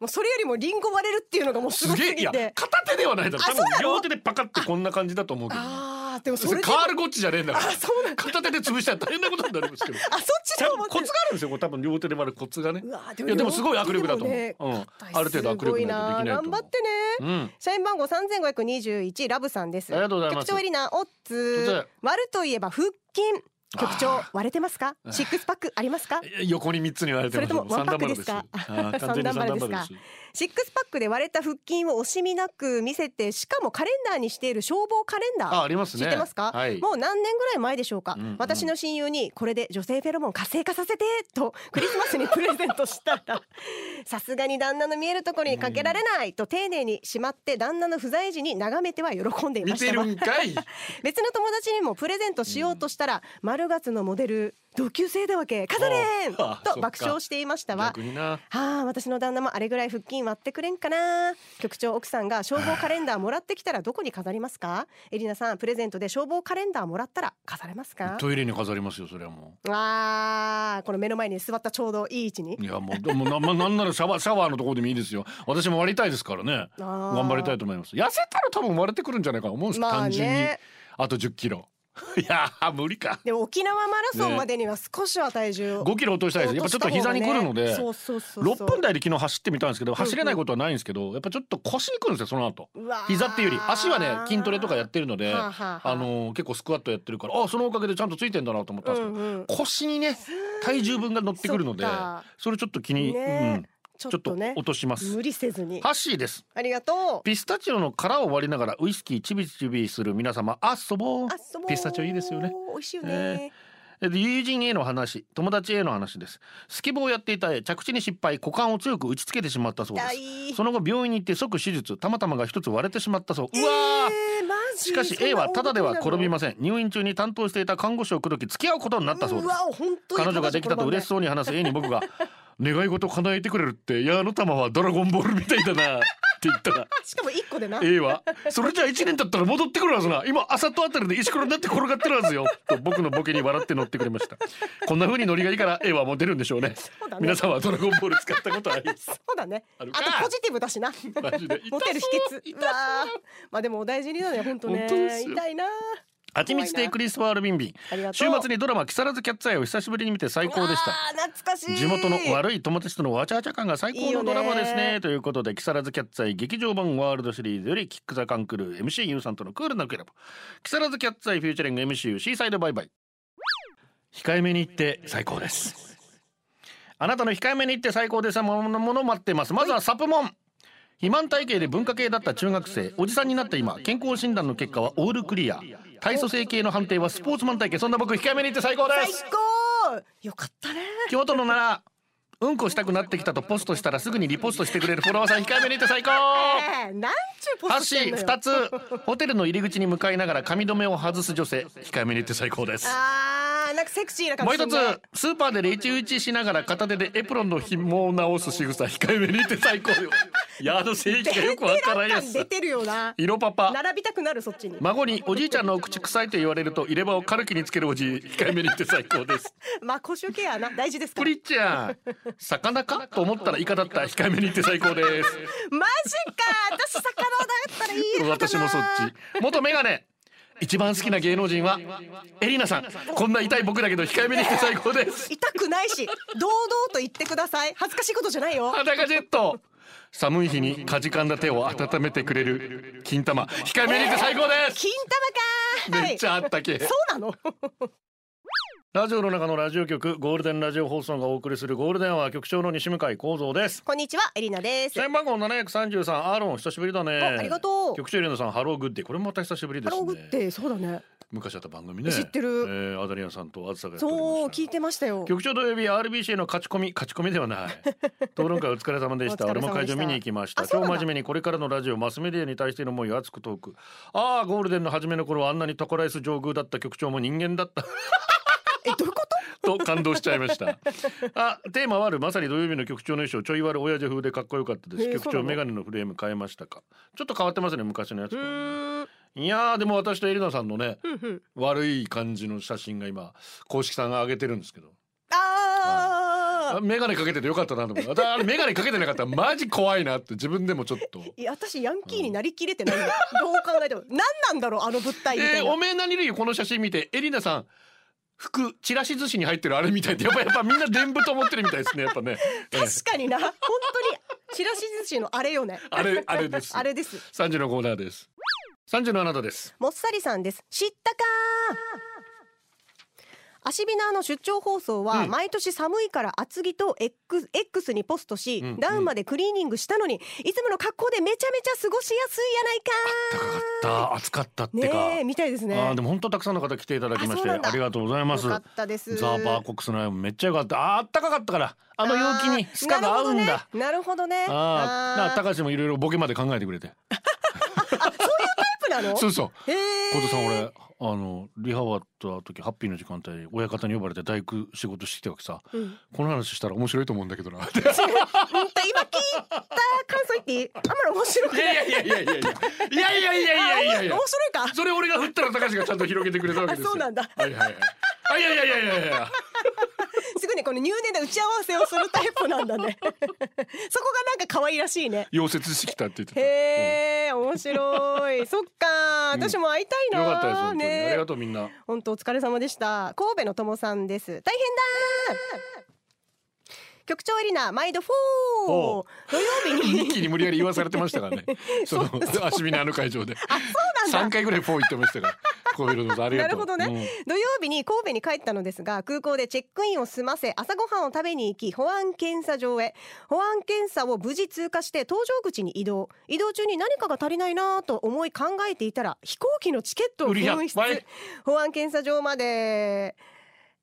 Speaker 2: もうそれよりもリンゴ割れるっていうのがもうすごすぎ
Speaker 1: いや
Speaker 2: て
Speaker 1: 片手ではないだろ多
Speaker 2: あ
Speaker 1: 分両手でパカってこんな感じだと思うけど
Speaker 2: あーでもそ
Speaker 1: そ
Speaker 2: れ
Speaker 1: れ
Speaker 2: で
Speaker 1: カールゴッチじゃねえんだから
Speaker 2: あそうなんだ
Speaker 1: 片手で潰したら大変なことになりますけど
Speaker 2: あそっち
Speaker 1: ちゃ
Speaker 2: だ
Speaker 1: ん
Speaker 2: と
Speaker 1: と
Speaker 2: 思って
Speaker 1: コツがあるんですよこれ多分両手で割るコツがね
Speaker 2: うわー
Speaker 1: いやでもすごい握力だと思う、
Speaker 2: で
Speaker 1: う
Speaker 2: も
Speaker 1: ん、
Speaker 2: ね
Speaker 1: ある程度握力ないとできないと
Speaker 2: すご
Speaker 1: 思う
Speaker 2: 頑張ってね
Speaker 1: うん
Speaker 2: 社員番号三千五百二十一ラブさんです。
Speaker 1: ありがとうございます
Speaker 2: 局長エリナオ
Speaker 1: 本
Speaker 2: ッズ。割るといえば腹筋。局長割れてますか
Speaker 1: あ？ー
Speaker 2: シックスパックありますか？
Speaker 1: え横に三つに割れてます
Speaker 2: それともワンパックですか
Speaker 1: 三段バラですあー完全に三段バラです
Speaker 2: シックスパックで割れた腹筋を惜しみなく見せて、しかもカレンダーにしている消防カレンダー。
Speaker 1: あありますね
Speaker 2: 知ってますか、
Speaker 1: はい
Speaker 2: もう何年ぐらい前でしょうか、
Speaker 1: うんうん
Speaker 2: 私の親友にこれで女性フェロモン活性化させて
Speaker 1: *laughs*
Speaker 2: とクリスマスにプレゼントしたらさすがに旦那の見えるところにかけられないと丁寧にしまって旦那の不在時に眺めては喜んでい
Speaker 1: 見
Speaker 2: ましてた
Speaker 1: る
Speaker 2: が
Speaker 1: んかい
Speaker 2: 別の友達にもプレゼントしようとしたら、丸月のモデル同級生だわけ飾れん
Speaker 1: ああそ
Speaker 2: と
Speaker 1: っか
Speaker 2: 爆笑していましたわ
Speaker 1: 逆にな
Speaker 2: はあ私の旦那もあれぐらい腹筋割ってくれんかな局長奥さんが消防カレンダーもらってきたらどこに飾りますかエリナさんプレゼントで消防カレンダーもらったら飾れますか
Speaker 1: トイレに飾りますよそれはも
Speaker 2: あーこの目の前に座ったちょうどいい位置に
Speaker 1: ういやもうでもなまなんならシャワーシャワーのところでもいいですよ私も割りたいですからね
Speaker 2: あー
Speaker 1: 頑張りたいと思います痩せたら多分割れてくるんじゃないかと思うんです、
Speaker 2: まあ
Speaker 1: 単純に
Speaker 2: ね
Speaker 1: あと10キロ *laughs* いやー無理か
Speaker 2: でも沖縄マラソンまでには少しは体重を、
Speaker 1: 5キロ落としたいですやっぱちょっと膝にくるので
Speaker 2: そうそうそうそう
Speaker 1: 6分台で昨日走ってみたんですけど走れないことはないんですけどやっぱちょっと腰にくるんですよその後
Speaker 2: うわー
Speaker 1: 膝っていうより足はね筋トレとかやってるので
Speaker 2: はあはあはあ
Speaker 1: あのー結構スクワットやってるからあそのおかげでちゃんとついてんだなと思ったんですけど
Speaker 2: うんうん
Speaker 1: 腰にね体重分が乗ってくるので
Speaker 2: そっか
Speaker 1: それちょっと気に、
Speaker 2: ね
Speaker 1: うん、
Speaker 2: ちょ
Speaker 1: ちょ
Speaker 2: っ
Speaker 1: っと
Speaker 2: とね
Speaker 1: 落とします
Speaker 2: 無理せずに
Speaker 1: ハッシーです
Speaker 2: ありがとう
Speaker 1: ピスタチオの殻を割りながらウイスキーチビチビする皆様あっそぼー
Speaker 2: あそう
Speaker 1: ピスタチオいいですよね
Speaker 2: 美味しいよね、
Speaker 1: ねえで友人 A の話友達 A の話ですスケボーをやっていた A 着地に失敗股間を強く打ちつけてしまったそうです
Speaker 2: 痛い
Speaker 1: その後病院に行って即手術たまたまが一つ割れてしまったそううわー
Speaker 2: えーマジ
Speaker 1: しかし A はただでは転びません入院中に担当していた看護師を口説き付き合うことになったそうです
Speaker 2: わ本当に
Speaker 1: 彼女ができたと嬉しそうに話す A に僕が *laughs* 「願い事叶えてくれるって矢の玉はドラゴンボールみたいだな」って言ったら
Speaker 2: しかも一個でな
Speaker 1: A は「それじゃあ1年経ったら戻ってくるはずな今あさとあたりで石ころになって転がってるはずよ」と僕のボケに笑って乗ってくれましたこんな風にノリがいいから A はもう出るんでしょうね
Speaker 2: うだね
Speaker 1: 皆さんはドラゴンボール使ったことあり
Speaker 2: *laughs*
Speaker 1: ます
Speaker 2: そうだねあ
Speaker 1: あるか
Speaker 2: とポジティブだしな
Speaker 1: マジで
Speaker 2: *laughs* モテる秘訣うわーまあでもお大事にだね本当ね
Speaker 1: 本当ですよ
Speaker 2: 痛いな
Speaker 1: はちみつでクリスワールビンビン
Speaker 2: ありがと
Speaker 1: 週
Speaker 2: う
Speaker 1: 末にドラマ「木更津キャッツアイ」を久しぶりに見て最高でした
Speaker 2: あー懐かしい
Speaker 1: 地元の悪い友達とのわちゃわちゃ感が最高のドラマですね
Speaker 2: いいよね
Speaker 1: ということで木更津キャッツアイ劇場版ワールドシリーズよりキック・ザ・カンクルー MCU さんとのクールなクラブ木更津キャッツアイフューチャリング MCU シーサイドバイバイ控えめに言って最高ですあなたの控えめに言って最高ですものもの待ってますまずはサプモン肥満体型で文化系だった中学生おじさんになった今健康診断の結果はオールクリア体組成系の判定はスポーツマン体型そんな僕控えめに言って最高で
Speaker 2: 最
Speaker 1: す
Speaker 2: 高よかったね
Speaker 1: 京都のならうんこしたくなってきたとポストしたらすぐにリポストしてくれるフォロワーさん控えめに言って最高
Speaker 2: えーなんちゅうポ
Speaker 1: ハッ
Speaker 2: ストし
Speaker 1: シ
Speaker 2: て
Speaker 1: ー
Speaker 2: んのよ
Speaker 1: 2つホテルの入り口に向かいながら髪留めを外す女性控えめに言って最高です
Speaker 2: あーなんかセクシーな感
Speaker 1: もう
Speaker 2: じす
Speaker 1: 一
Speaker 2: る
Speaker 1: つ
Speaker 2: ね
Speaker 1: スーパーでレイチ打ちしながら片手でエプロンの紐を直す仕草控えめに言って最高
Speaker 2: *laughs*
Speaker 1: よヤード正義がよくわからんや
Speaker 2: 出
Speaker 1: つ
Speaker 2: てるよな
Speaker 1: 色パパ
Speaker 2: 並びたくなるそっちに
Speaker 1: 孫におじいちゃんのお口臭いと言われると入れ歯をカルキにつけるおじい控えめに言って最高です
Speaker 2: まあ腰ケアな大事ですか
Speaker 1: プ
Speaker 2: ら
Speaker 1: リッチャー魚かと思ったらイカだった控えめに言って最高です
Speaker 2: マジか私魚だったらいい派だな
Speaker 1: 私もそっち元メガネ一番好きな芸能人はエリナさんこんな痛い僕だけど控えめにして最高です
Speaker 2: 痛くないし堂々と言ってください恥ずかしいことじゃないよ
Speaker 1: 裸ジェット寒い日にかじかんだ手を温めてくれる金玉控えめにして最高です
Speaker 2: 金玉か
Speaker 1: めっち
Speaker 2: ゃ
Speaker 1: ゃあったけ
Speaker 2: そうなの
Speaker 1: ラジオの中のラジオ局ゴールデンラジオ放送がお送りするゴールデンは局長の西向井光三です
Speaker 2: こんにちはエリナです
Speaker 1: 社員番号733アーロン久しぶりだね
Speaker 2: あありがとう
Speaker 1: 局長エリナさんハローグッデイこれもまた久しぶりで
Speaker 2: ハ
Speaker 1: すね
Speaker 2: ローグッデイそうだね
Speaker 1: 昔あった番組ね
Speaker 2: 知ってる
Speaker 1: えー、アダリアンさんとあずさがやっておりました
Speaker 2: そう聞いてましたよ
Speaker 1: 局長土曜日 RBC の勝ち込み勝ち込みでは
Speaker 2: *laughs*
Speaker 1: ない討論会お疲れ様でした
Speaker 2: お疲
Speaker 1: 俺
Speaker 2: れ様でした
Speaker 1: も会場見に行きました
Speaker 2: あそう
Speaker 1: 超
Speaker 2: なんだ
Speaker 1: 真面目にこれからのラジオマスメディアに対しての思いを熱くトークああゴールデンの初めの頃はあんなにタコライス上宮だった局長も人間だった
Speaker 2: *laughs* えどういうこ
Speaker 1: *laughs*
Speaker 2: と
Speaker 1: と感動しちゃいましたあテーマはあるまさに土曜日の局長の衣装ちょい悪親父風でかっこよかったで
Speaker 2: へ
Speaker 1: す
Speaker 2: え
Speaker 1: 局
Speaker 2: そうな
Speaker 1: 長
Speaker 2: の
Speaker 1: メガネのフレーム変えましたかちょっと変わってますね昔のやつ
Speaker 2: う
Speaker 1: からね
Speaker 2: ーん
Speaker 1: いやーでも私とエリナさんのね
Speaker 2: ふんふん
Speaker 1: 悪い感じの写真が今公式さんが上げてるんですけどあ
Speaker 2: あー
Speaker 1: メガネかけててよかったなと思って。あれメガネかけてなかったらマジ怖いなって自分でもちょっと。
Speaker 2: いや私ヤンキーになりきれてないんだ
Speaker 1: *laughs*
Speaker 2: よどう考えても何なんだろうあの物体みた
Speaker 1: え
Speaker 2: い
Speaker 1: ー
Speaker 2: な
Speaker 1: おめえ何類この写真見てエリナさん服チラシ寿司に入ってるあれみたいでやっぱやっぱみんな伝部と思ってるみたいですねやっぱね。えー
Speaker 2: *laughs* 確かにな本当にちらし寿司のあれよね
Speaker 1: あれあれです。
Speaker 2: あれです
Speaker 1: 三時のコーナーです。三時のあなたです。
Speaker 2: もっさりさんです知ったかアシビナーの出張放送は
Speaker 1: うん
Speaker 2: 毎年寒いから厚着と X, X にポストし、
Speaker 1: うん
Speaker 2: ダウンまでクリーニングしたのにいつもの格好でめちゃめちゃ過ごしやすいや
Speaker 1: 高
Speaker 2: な
Speaker 1: か
Speaker 2: い
Speaker 1: った暑
Speaker 2: か
Speaker 1: かったってか。
Speaker 2: ねえみたいですね
Speaker 1: あーでも本当たくさんの方来ていただきまし
Speaker 2: あそう
Speaker 1: て
Speaker 2: なんだ
Speaker 1: ありがとうございます。
Speaker 2: よかったです
Speaker 1: ザーパーコックスのライブめっちゃよかった。あーあったかかったからあの陽気にスカが合うんだ。
Speaker 2: なるほどねなるほどね
Speaker 1: ああ、だか
Speaker 2: あー
Speaker 1: ら高橋もいろいろボケまで考えてくれて。
Speaker 2: タイプなの
Speaker 1: そうそう。
Speaker 2: へえ
Speaker 1: 小田さん、俺、あの、リハ終わった時、ハッピーの時間帯、親方に呼ばれて大工仕事してきたわけさ。
Speaker 2: うん、
Speaker 1: この話したら面白いと思うんだけどな。
Speaker 2: 今聞いた感想言っていいあんまり面白くない
Speaker 1: いやいやいやいやいやいやいやいやいやいやいやい
Speaker 2: あ
Speaker 1: や
Speaker 2: 面白いか
Speaker 1: *laughs* それ俺が振ったら高橋がちゃんと広げてくれたわけですよ。
Speaker 2: あそうなんだ
Speaker 1: はいはいはい。あいやいやいやいやいや。
Speaker 2: すぐにこの入念な打ち合わせをす
Speaker 1: *laughs*
Speaker 2: るタイプなんだねそこがなんか可愛らしいね
Speaker 1: 溶接してきたって言ってた。
Speaker 2: へえ、え面白いそっか
Speaker 1: うん
Speaker 2: 私も会いたいな、
Speaker 1: よかったです本当に、あり
Speaker 2: ね
Speaker 1: がとうみんな
Speaker 2: 本当お疲れ様でした神戸のともさんです大変だ局長エリナ毎度フォ
Speaker 1: お
Speaker 2: ー土曜日
Speaker 1: 一
Speaker 2: に
Speaker 1: 気に無理やり言わされてましたからねその足見のあの会場で
Speaker 2: あそうな
Speaker 1: 3
Speaker 2: んだ
Speaker 1: 回ぐらいフォー言ってましたからコビルドさんありがとう
Speaker 2: なるほどね土曜日に神戸に帰ったのですが空港でチェックインを済ませ朝ごはんを食べに行き保安検査場へ保安検査を無事通過して搭乗口に移動移動中に何かが足りないなぁと思い考えていたら飛行機のチケットを
Speaker 1: うりゃ
Speaker 2: 紛失
Speaker 1: わい
Speaker 2: 保安検査場まで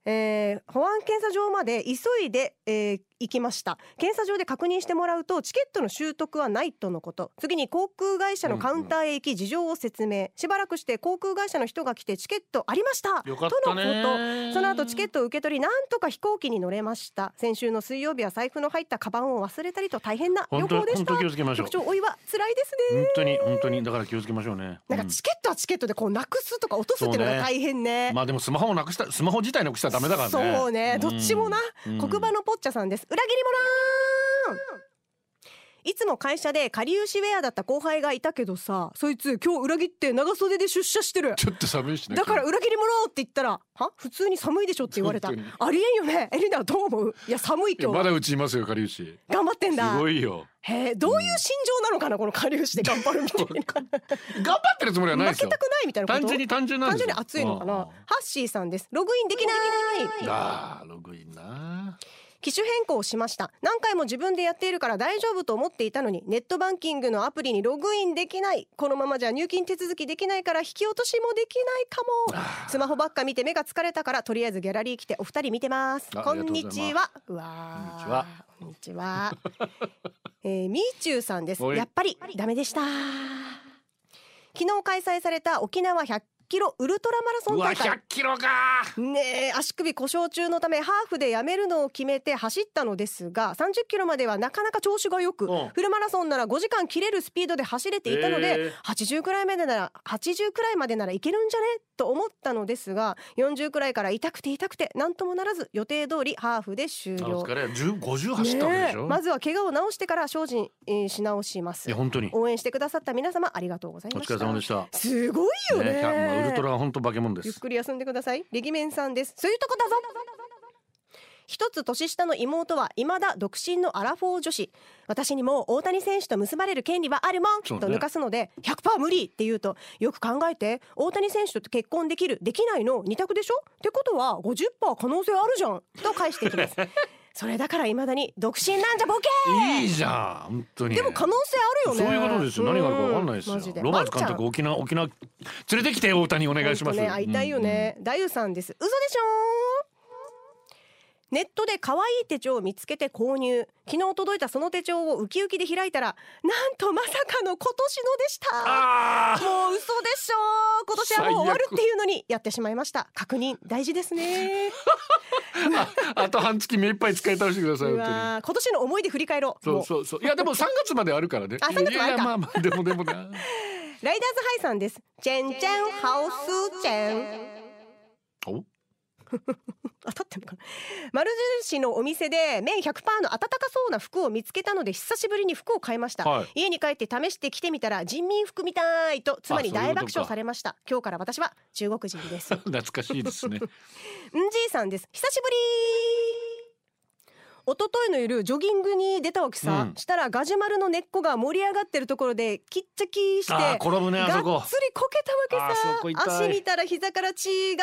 Speaker 2: えー保安検査場まで急いで、えー行きました検査場で確認してもらうとチケットの習得はないとのこと次に航空会社のカウンターへ行き事情を説明、しばらくして航空会社の人が来てチケットありました
Speaker 1: よかったね
Speaker 2: とのことその後チケットを受け取りなんとか飛行機に乗れました先週の水曜日は財布の入ったカバンを忘れたりと大変な旅
Speaker 1: 本当
Speaker 2: 行でし
Speaker 1: 本
Speaker 2: た
Speaker 1: 当気をつけましょう
Speaker 2: 局長おいは辛いですね
Speaker 1: 本当に本当にだから気をつけましょうね
Speaker 2: なんかチケットはチケットでこうなくすとか落とすっていうの
Speaker 1: そう
Speaker 2: が
Speaker 1: ね
Speaker 2: 大変ね
Speaker 1: うんまあでもスマホをなくしたスマホ自体なくしたらダメだからね
Speaker 2: そうねどっちもな、
Speaker 1: うん
Speaker 2: 黒板のポッチャさんです裏切り者いつも会社で下流シウェアだった後輩がいたけどさそいつ今日裏切って長袖で出社してる
Speaker 1: ちょっと寒いしね
Speaker 2: だから裏切り者って言ったらは普通に寒いでしょって言われたあ
Speaker 1: 本
Speaker 2: り
Speaker 1: 当に
Speaker 2: えんよねエリナどう思ういや寒い
Speaker 1: いや
Speaker 2: 今
Speaker 1: ま
Speaker 2: 日
Speaker 1: だうちいますよ狩牛
Speaker 2: 頑張ってん
Speaker 1: す
Speaker 2: だ
Speaker 1: ごいよ
Speaker 2: へえどういう心情なのかなこの下流市で頑張るみたい
Speaker 1: 頑張ってるつもりはない
Speaker 2: な
Speaker 1: で
Speaker 2: 負
Speaker 1: す
Speaker 2: け
Speaker 1: よ
Speaker 2: たくないみたいなこと
Speaker 1: 単純に単純なん
Speaker 2: 単
Speaker 1: です
Speaker 2: 純
Speaker 1: よ
Speaker 2: に暑いのかな
Speaker 1: うん
Speaker 2: ハッシーさんですログインできない
Speaker 1: ああログインな
Speaker 2: 機種変更をしました何回も自分でやっているから大丈夫と思っていたのにネットバンキングのアプリにログインできないこのままじゃ入金手続きできないから引き落としもできないかもスマホばっか見て目が疲れたからとりあえずギャラリー来てお二人見てます
Speaker 1: あ
Speaker 2: こんにちは
Speaker 1: こんにち
Speaker 2: う
Speaker 1: は
Speaker 2: わーこんにちは *laughs* えー、みーちゅうさんです
Speaker 1: おい
Speaker 2: やっぱりダメでした昨日開催された沖縄100キロウルトラマラソ
Speaker 1: う
Speaker 2: ン
Speaker 1: わ
Speaker 2: 大会
Speaker 1: 100キロか
Speaker 2: ねえ足首故障中のためハーフでやめるのを決めて走ったのですが30キロまではなかなか調子がよく、
Speaker 1: うん
Speaker 2: フルマラソンなら5時間切れるスピードで走れていたので、
Speaker 1: えー
Speaker 2: 80くらいまでなら80くらいまでならいけるんじゃねと思ったのですが40くらいから痛くて痛くて何ともならず予定通りハーフで終
Speaker 1: あお
Speaker 2: 了。
Speaker 1: 疲れ10 50走ったわけでしょ、
Speaker 2: ねえまずは怪我を治してから精進、えーし直します
Speaker 1: いや本当に
Speaker 2: 応援してくださった皆様ありがとうござい
Speaker 1: お
Speaker 2: ま
Speaker 1: 疲
Speaker 2: した
Speaker 1: れ様でした
Speaker 2: すごいよね
Speaker 1: ねキャンまあウルトラは本当化け物で
Speaker 2: ゆっ
Speaker 1: す
Speaker 2: くり休んでください。レギメンさんです。そういうとこだぞ。一つ年下の妹は未だ独身のアラフォー女子私にも大谷選手と結ばれる権利はあるもん、
Speaker 1: そうね
Speaker 2: と抜かすので100%無理って言うとよく考えて大谷選手と結婚できるできないの二択でしょってことは50%可能性あるじゃんと返してきます
Speaker 1: *laughs*
Speaker 2: それだから未だに独身なんじゃボケ
Speaker 1: いいじゃん本当に
Speaker 2: でも可能性あるよね
Speaker 1: そういうことですよ何があるか分かんないですよ
Speaker 2: マジ
Speaker 1: ロバーツ監
Speaker 2: ワンちゃん
Speaker 1: 督沖縄沖縄連れてきて大谷お願いします、
Speaker 2: 本当ね、会いたいよね、だゆさんです嘘でしょネットで可愛い手帳を見つけて購入昨日届いたその手帳をウキウキで開いたらなんとまさかの今年のでした
Speaker 1: あ
Speaker 2: もう嘘でしょ今年はもう終わるっていうのにやってしまいました確認大事ですね
Speaker 1: ああと半月目いっぱい使い倒してくださいう本当に
Speaker 2: わ今年の思い出振り返ろう
Speaker 1: そう
Speaker 2: もう
Speaker 1: そうそういやでも3月まであるからね
Speaker 2: あ3月まであるか
Speaker 1: いやいやまあまあでもで
Speaker 2: *laughs*
Speaker 1: もな
Speaker 2: ライダーズハイさんですチェンチェンハオスチェン
Speaker 1: お
Speaker 2: 当たってんのかな丸印のお店で綿100%の暖かそうな服を見つけたので久しぶりに服を買いました、
Speaker 1: はい
Speaker 2: 家に帰って試して着てみたら人民服みたいと妻に
Speaker 1: あそうい
Speaker 2: 大
Speaker 1: うことか
Speaker 2: 爆笑されました今日から私は中国人ですうんじ
Speaker 1: 懐かしいですね
Speaker 2: いさんです久しぶり一昨日の夜ジョギングに出たわけさ、
Speaker 1: うん
Speaker 2: したらガジュマルの根っこが盛り上がってるところできっちゃきして
Speaker 1: あー転ぶねあ
Speaker 2: がっ
Speaker 1: そこ
Speaker 2: つりこけたわけ
Speaker 1: あそこ
Speaker 2: さ
Speaker 1: 痛い
Speaker 2: 足見たら膝から血
Speaker 1: や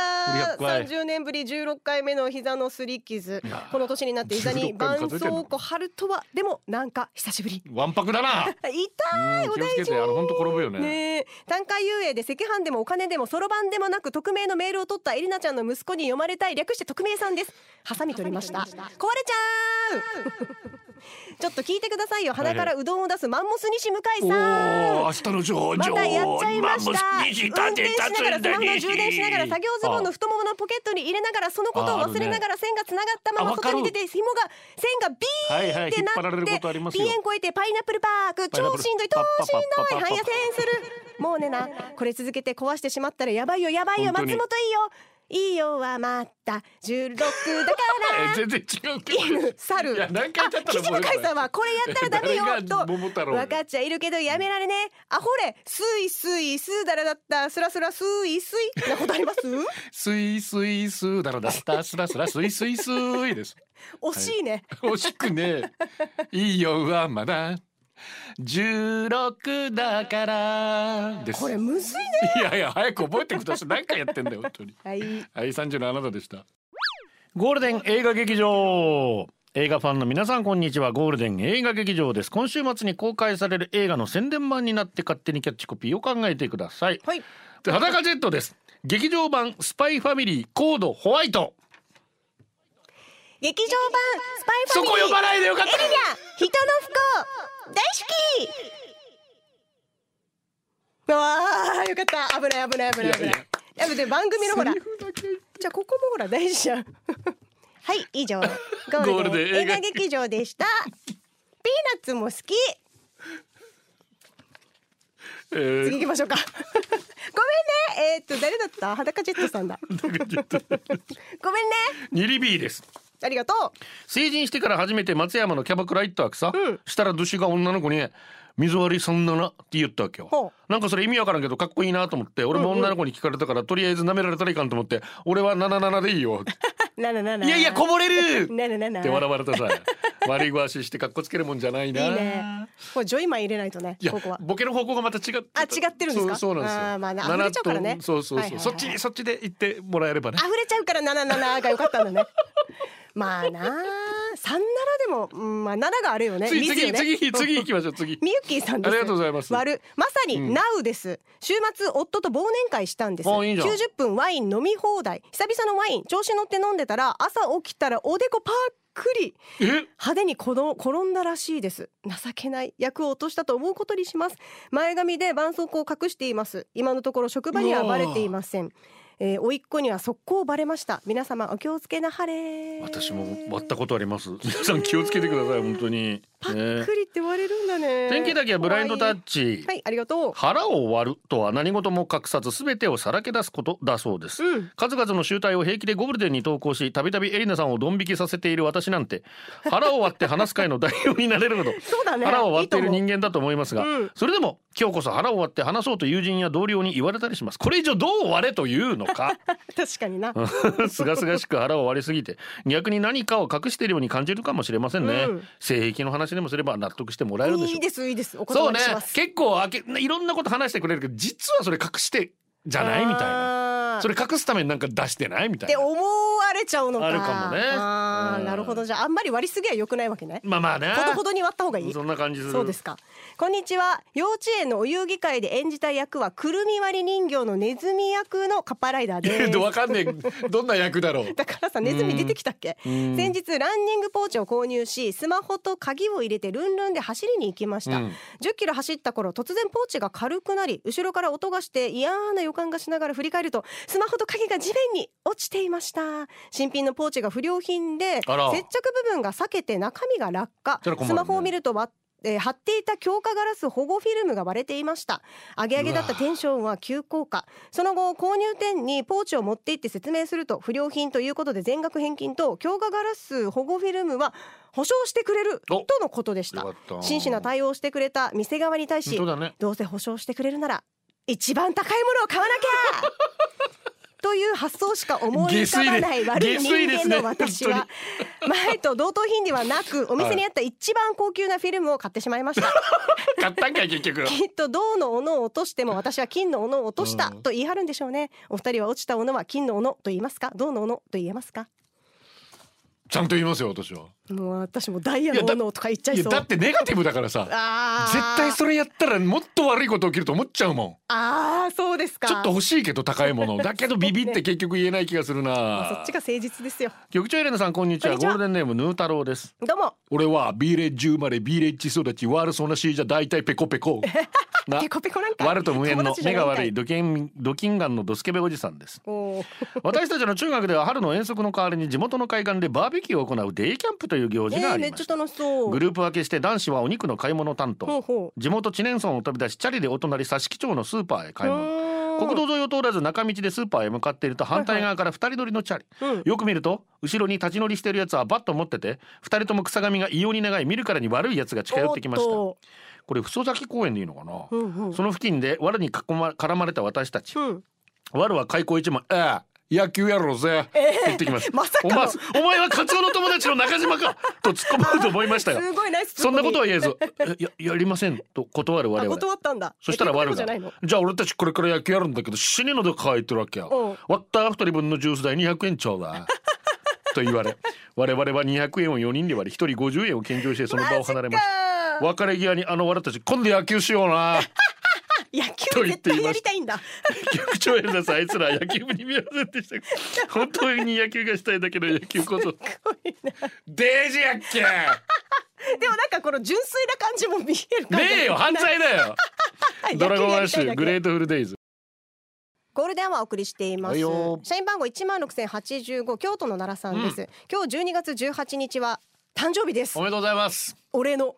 Speaker 2: が
Speaker 1: 怖い
Speaker 2: 30年ぶり16回目の膝のすり傷
Speaker 1: いや
Speaker 2: この年になって膝に
Speaker 1: 16回も
Speaker 2: 絆
Speaker 1: 数えてんの
Speaker 2: 創膏貼るとはでもなんか久しぶり
Speaker 1: わんぱくだな
Speaker 2: *laughs* 痛い
Speaker 1: うん気をつけてあの本当転ぶよね
Speaker 2: ねえ短歌遊泳で赤飯でもお金でもそろばんでもなく匿名のメールを取ったエリナちゃんの息子に読まれたい略して匿名さんですハサミ取りました壊れちゃう *laughs* ちょっと聞いてくださいよ鼻からうどんを出すマンモス西向井
Speaker 1: お
Speaker 2: さん
Speaker 1: お明日の情報
Speaker 2: またやっちゃいま
Speaker 1: マン
Speaker 2: した
Speaker 1: モス
Speaker 2: 運
Speaker 1: 虹立
Speaker 2: 転
Speaker 1: て
Speaker 2: しながらスマホの充電しながら作業ズボンの太もものポケットに入れながらそのことを忘れながら線がつながったま
Speaker 1: あ
Speaker 2: ま
Speaker 1: わかる
Speaker 2: 外に出て紐が線がビ
Speaker 1: はいはい
Speaker 2: ーって
Speaker 1: 引っ
Speaker 2: な
Speaker 1: 張られ
Speaker 2: っ
Speaker 1: る
Speaker 2: て
Speaker 1: ことあります
Speaker 2: ピ
Speaker 1: よ
Speaker 2: エン越えてパイナップルパーク
Speaker 1: パイナップ
Speaker 2: 超
Speaker 1: ル
Speaker 2: しんどい
Speaker 1: パ
Speaker 2: 超
Speaker 1: ッパッ
Speaker 2: しんどい
Speaker 1: パッパッパッパッ
Speaker 2: 半夜戦するもうねなこれ続けて壊してしまったらやばいよやばいよ
Speaker 1: 本当
Speaker 2: 松
Speaker 1: に
Speaker 2: 本いいよいいよはまた十六だか
Speaker 1: え
Speaker 2: *laughs*
Speaker 1: 全然違うけど
Speaker 2: ら犬猿
Speaker 1: いや何回だった
Speaker 2: あ
Speaker 1: ら
Speaker 2: 岸
Speaker 1: もう
Speaker 2: 部海さんはこれやったらダメよ
Speaker 1: 誰が
Speaker 2: と
Speaker 1: 桃太郎
Speaker 2: 分かっちゃいるけどやめられねえあほれすいすいすーだらだったすらすらすいすいなことあります
Speaker 1: スイスイスーだらだったスラスラスイスイスーイ
Speaker 2: *laughs*
Speaker 1: です
Speaker 2: 惜しいね、
Speaker 1: 惜しくねえいいよはまだ十六だからです
Speaker 2: これむずいね
Speaker 1: いやいや早く覚えてください何回やってんだよ本当に
Speaker 2: はい
Speaker 1: はい、三十のあなたでした。ゴールデン映画劇場。映画ファンの皆さんこんにちはゴールデン映画劇場です今週末に公開される映画の宣伝版になって勝手にキャッチコピーを考えてください
Speaker 2: はい
Speaker 1: で裸ジェットです劇場版スパイファミリーコードホワイト
Speaker 2: 劇場版スパイファ
Speaker 1: そ
Speaker 2: ミリー
Speaker 1: こ呼ばないでよかっ
Speaker 2: エリア人の不幸大好きわあよかった危ない危ない危ない危な
Speaker 1: いや
Speaker 2: い
Speaker 1: いや
Speaker 2: やでも番組のほら
Speaker 1: た
Speaker 2: じゃあここもほら大事じゃんはい以上ゴ
Speaker 1: ゴ
Speaker 2: ー
Speaker 1: ー
Speaker 2: ル
Speaker 1: ル
Speaker 2: デ
Speaker 1: デ
Speaker 2: ン
Speaker 1: ン
Speaker 2: 映
Speaker 1: 映
Speaker 2: 画
Speaker 1: 画
Speaker 2: 劇場でしたピーナッツも好き
Speaker 1: え
Speaker 2: 次
Speaker 1: ー
Speaker 2: 行きましょうか *laughs* ごめんねえーっと誰だった裸ジェットさんだごめんね
Speaker 1: ニリビーです
Speaker 2: ありがとう *laughs*
Speaker 1: 成人してから初めて松山のキャバクラ行ったわけさ、したら私が女の子に「水割りそんなな」って言ったわけ
Speaker 2: ほ
Speaker 1: よなんかそれ意味わからんけどかっこいいなと思って俺も女の子に聞かれたからとりあえず舐められたらいかんと思って「俺は77でいい
Speaker 2: *laughs*
Speaker 1: よ」
Speaker 2: ななな
Speaker 1: 「
Speaker 2: な
Speaker 1: いやいやこぼれる!」
Speaker 2: ななな
Speaker 1: *laughs*
Speaker 2: な
Speaker 1: って笑われたさ悪いごわししてかっこつけるもんじゃないない
Speaker 2: いねこれジョイマン入れないとね
Speaker 1: いや
Speaker 2: ここは
Speaker 1: ボケの方向がまた違って
Speaker 2: あ違ってるんですか
Speaker 1: そうそう
Speaker 2: あーま
Speaker 1: な
Speaker 2: あ
Speaker 1: ん
Speaker 2: ね
Speaker 1: ですよ
Speaker 2: 溢れちゃうからね
Speaker 1: 7とそうそうそう、
Speaker 2: はいはいはい
Speaker 1: そっちにそっちで行ってもらえればね
Speaker 2: 溢れちゃうから七七が良かったんだね。 *laughs* まあなあ、三七でも、うん、まあ七があるよね。
Speaker 1: 次
Speaker 2: ミス
Speaker 1: 次
Speaker 2: よね
Speaker 1: 次次行きましょう次
Speaker 2: みゆきさんです。
Speaker 1: ありがとうございます
Speaker 2: わるまさに
Speaker 1: ん
Speaker 2: NOW です。週末夫と忘年会したんです。
Speaker 1: あいいじゃん
Speaker 2: 90分ワイン飲み放題。久々のワイン調子乗って飲んでたら朝起きたらおでこパックリ。
Speaker 1: え
Speaker 2: 派手にこの転んだらしいです情けない役を落としたと思うことにします前髪で絆創膏を隠しています今のところ職場にはバレていませんえー、甥っ子には速攻バレました皆様お気をつけなはれ
Speaker 1: 私も割ったことあります皆さん気をつけてください本当に
Speaker 2: パッ
Speaker 1: ね
Speaker 2: クリって割れるんだね
Speaker 1: 天気だけはブラインドタッチ
Speaker 2: 怖いはいありがとう
Speaker 1: 腹を割るとは何事も隠さず全てをさらけ出すことだそうです、
Speaker 2: うん
Speaker 1: 数々の集大を平気でゴールデンに投稿したびたびエリナさんをドン引きさせている私なんて腹を割って話す会の代表になれるほど
Speaker 2: そうだね
Speaker 1: 腹を割っている
Speaker 2: い
Speaker 1: 人
Speaker 2: い
Speaker 1: 間だと思いますが
Speaker 2: うん
Speaker 1: それでも今日こそ腹を割って話そうと友人や同僚に言われたりしますこれ以上どう割れというの
Speaker 2: *laughs*
Speaker 1: か
Speaker 2: と思う確かにな、
Speaker 1: すがすがしく腹を割りすぎて逆に何かを隠しているように感じるかもしれませんね、
Speaker 2: うん
Speaker 1: 性癖の話でもすれば納得してもらえるでしょ
Speaker 2: いういですいいですお
Speaker 1: そ
Speaker 2: 断
Speaker 1: うね
Speaker 2: りします
Speaker 1: 結構あけいろんなこと話してくれるけど実はそれ隠してじゃないみたいな
Speaker 2: な
Speaker 1: それ隠すためになんか出してないみた
Speaker 2: っ
Speaker 1: い
Speaker 2: て
Speaker 1: な
Speaker 2: 思われちゃうのか
Speaker 1: あるかもね
Speaker 2: あー
Speaker 1: うん
Speaker 2: なるほどじゃああんまり割りすぎは良くないわけね
Speaker 1: まあまあね
Speaker 2: ほどほどに割った方がいい
Speaker 1: そんな感じする
Speaker 2: そうですかこんにちは幼稚園のお遊戯会で演じた役はくるみ割り人形のネズミ役のカッパライダー
Speaker 1: *laughs* え
Speaker 2: で
Speaker 1: っ
Speaker 2: す
Speaker 1: とわかんねえどんな役だろう
Speaker 2: だからさネズミ出てきたっけ
Speaker 1: うん
Speaker 2: *laughs* 先日ランニングポーチを購入しスマホと鍵を入れてルンルンで走りに行きました、
Speaker 1: うん
Speaker 2: 10キロ走った頃突然ポーチが軽くなり後ろから音がして嫌な予感がしながら振り返るとスマホと鍵が地面に落ちていました新品のポーチが不良品で接
Speaker 1: あら
Speaker 2: 着部分が裂けて中身が落下、
Speaker 1: それは困るね
Speaker 2: スマホを見ると割っえー貼っていた強化ガラス保護フィルムが割れていましたアゲアゲだったテンションは急降下その後購入店にポーチを持って行って説明すると不良品ということで全額返金と強化ガラス保護フィルムは保証してくれる
Speaker 1: お
Speaker 2: とのことでした
Speaker 1: よかった
Speaker 2: 真摯な対応をしてくれた店側に対し
Speaker 1: 本当だね
Speaker 2: どうせ保証してくれるなら一番高いものを買わな
Speaker 1: *laughs*
Speaker 2: きゃという発想しか思い浮かばない
Speaker 1: 下水
Speaker 2: 悪い
Speaker 1: です
Speaker 2: 人間の
Speaker 1: 下水です
Speaker 2: 私
Speaker 1: ね
Speaker 2: は、前と同等品ではなくお店にあった一番高級なフィルムを買ってしまいました
Speaker 1: 買ったんかい結 *laughs* 局
Speaker 2: きっと銅の斧を落としても私は金の斧を落とした
Speaker 1: うん
Speaker 2: と言い張るんでしょうねお二人は落ちた斧は金の斧と言いますか銅の斧と言えますか
Speaker 1: ちゃんと言いますよ私は
Speaker 2: もう私もダイヤの斧とか言っちゃい
Speaker 1: いや
Speaker 2: そう
Speaker 1: だってネガティブだからさ
Speaker 2: あー
Speaker 1: 絶対それやったらもっと悪いこと起きると思っちゃうも
Speaker 2: あーそうです
Speaker 1: ん
Speaker 2: か
Speaker 1: ちょっと欲しいけど高いも
Speaker 2: *laughs*
Speaker 1: のだけどビビって結局言えない気がする
Speaker 2: まあそ
Speaker 1: な
Speaker 2: っちが誠実ですよ
Speaker 1: 局長エレナさんこんにち
Speaker 2: こ
Speaker 1: は
Speaker 2: んにち
Speaker 1: ゴ
Speaker 2: は
Speaker 1: ールデンネームヌー太郎です
Speaker 2: どうも
Speaker 1: 俺はビーレッジ生まれビーレッジ育ち悪そうなしじゃ大体ペコペコ
Speaker 2: *laughs*
Speaker 1: な
Speaker 2: ペコペコなんか
Speaker 1: 悪と無縁
Speaker 2: 友
Speaker 1: の
Speaker 2: 達じゃ
Speaker 1: 目
Speaker 2: な
Speaker 1: が
Speaker 2: いんか
Speaker 1: 悪いドキンドキンガンのドスケベおじさんです
Speaker 2: *laughs* おー
Speaker 1: 私たちの中学では春の遠足の代わりに地元の海岸でバーベキューを行うデイキャンプという行
Speaker 2: え
Speaker 1: 事があ
Speaker 2: ー、め
Speaker 1: り
Speaker 2: っ
Speaker 1: ま
Speaker 2: ち
Speaker 1: し
Speaker 2: ゃ
Speaker 1: た、
Speaker 2: 楽しそう
Speaker 1: グループ分けして男子はお肉の買い物担
Speaker 2: ほう
Speaker 1: 当
Speaker 2: ほう
Speaker 1: 地元知念村を飛び出しチャリでお隣佐敷町のスーパーへ買い物
Speaker 2: うーん
Speaker 1: 国道沿いを通らず中道でスーパーへ向かっていると反対側から二人乗りのチャリ、
Speaker 2: うん
Speaker 1: よく見ると後ろに立ち乗りしてるやつはバット持ってて二人とも草髪が異様に長い見るからに悪いやつが近寄ってきました
Speaker 2: おっ
Speaker 1: ことれ裾崎公園でいいのかな、
Speaker 2: うんうん
Speaker 1: その付近で藁に囲ま絡まれた私たち、
Speaker 2: うん
Speaker 1: 藁は開口一枚「ええ野球やろうぜ」って言ってきます、
Speaker 2: *laughs* まさか
Speaker 1: お
Speaker 2: の
Speaker 1: 前お前はカツオの友達の中島かと突っ込むと思いま
Speaker 2: *laughs*
Speaker 1: したが
Speaker 2: すごいナイスツッ
Speaker 1: *laughs* そ
Speaker 2: コ
Speaker 1: ん
Speaker 2: ミ
Speaker 1: なことは言えず「えややりません」と断る我
Speaker 2: あ
Speaker 1: 々
Speaker 2: 断ったんだ
Speaker 1: そしたら
Speaker 2: え
Speaker 1: 悪
Speaker 2: 結
Speaker 1: が
Speaker 2: 局の
Speaker 1: じゃあ俺たちこれから野球やるんだけど死にので書いてるわけや
Speaker 2: うん
Speaker 1: 割った二人分のジュース代200円ちょうだいと言わ
Speaker 2: *laughs*
Speaker 1: れ我々は200円を4人で割り1人50円を献上してその場を離れました別れ際にあの我たち今度野球しような
Speaker 2: じゃないの野球絶対やりたいんだ *laughs*
Speaker 1: 局長エルザスあいつら野球部に見ませんでした本当に野球がしたいだけど野球こそデージやっけ
Speaker 2: *laughs* でもなんかこの純粋な感じも見える *laughs* 感じ
Speaker 1: ねえよ犯罪だ
Speaker 2: *laughs*
Speaker 1: よドラゴンアッシュグレー
Speaker 2: ト
Speaker 1: トフルデイズ
Speaker 2: ゴールデンはお送りしていま
Speaker 1: は
Speaker 2: す
Speaker 1: いよ
Speaker 2: 社員番号一万六千八十五京都の奈良さんです、今日十二月十八日は誕生日です
Speaker 1: おめでとうございます
Speaker 2: お礼の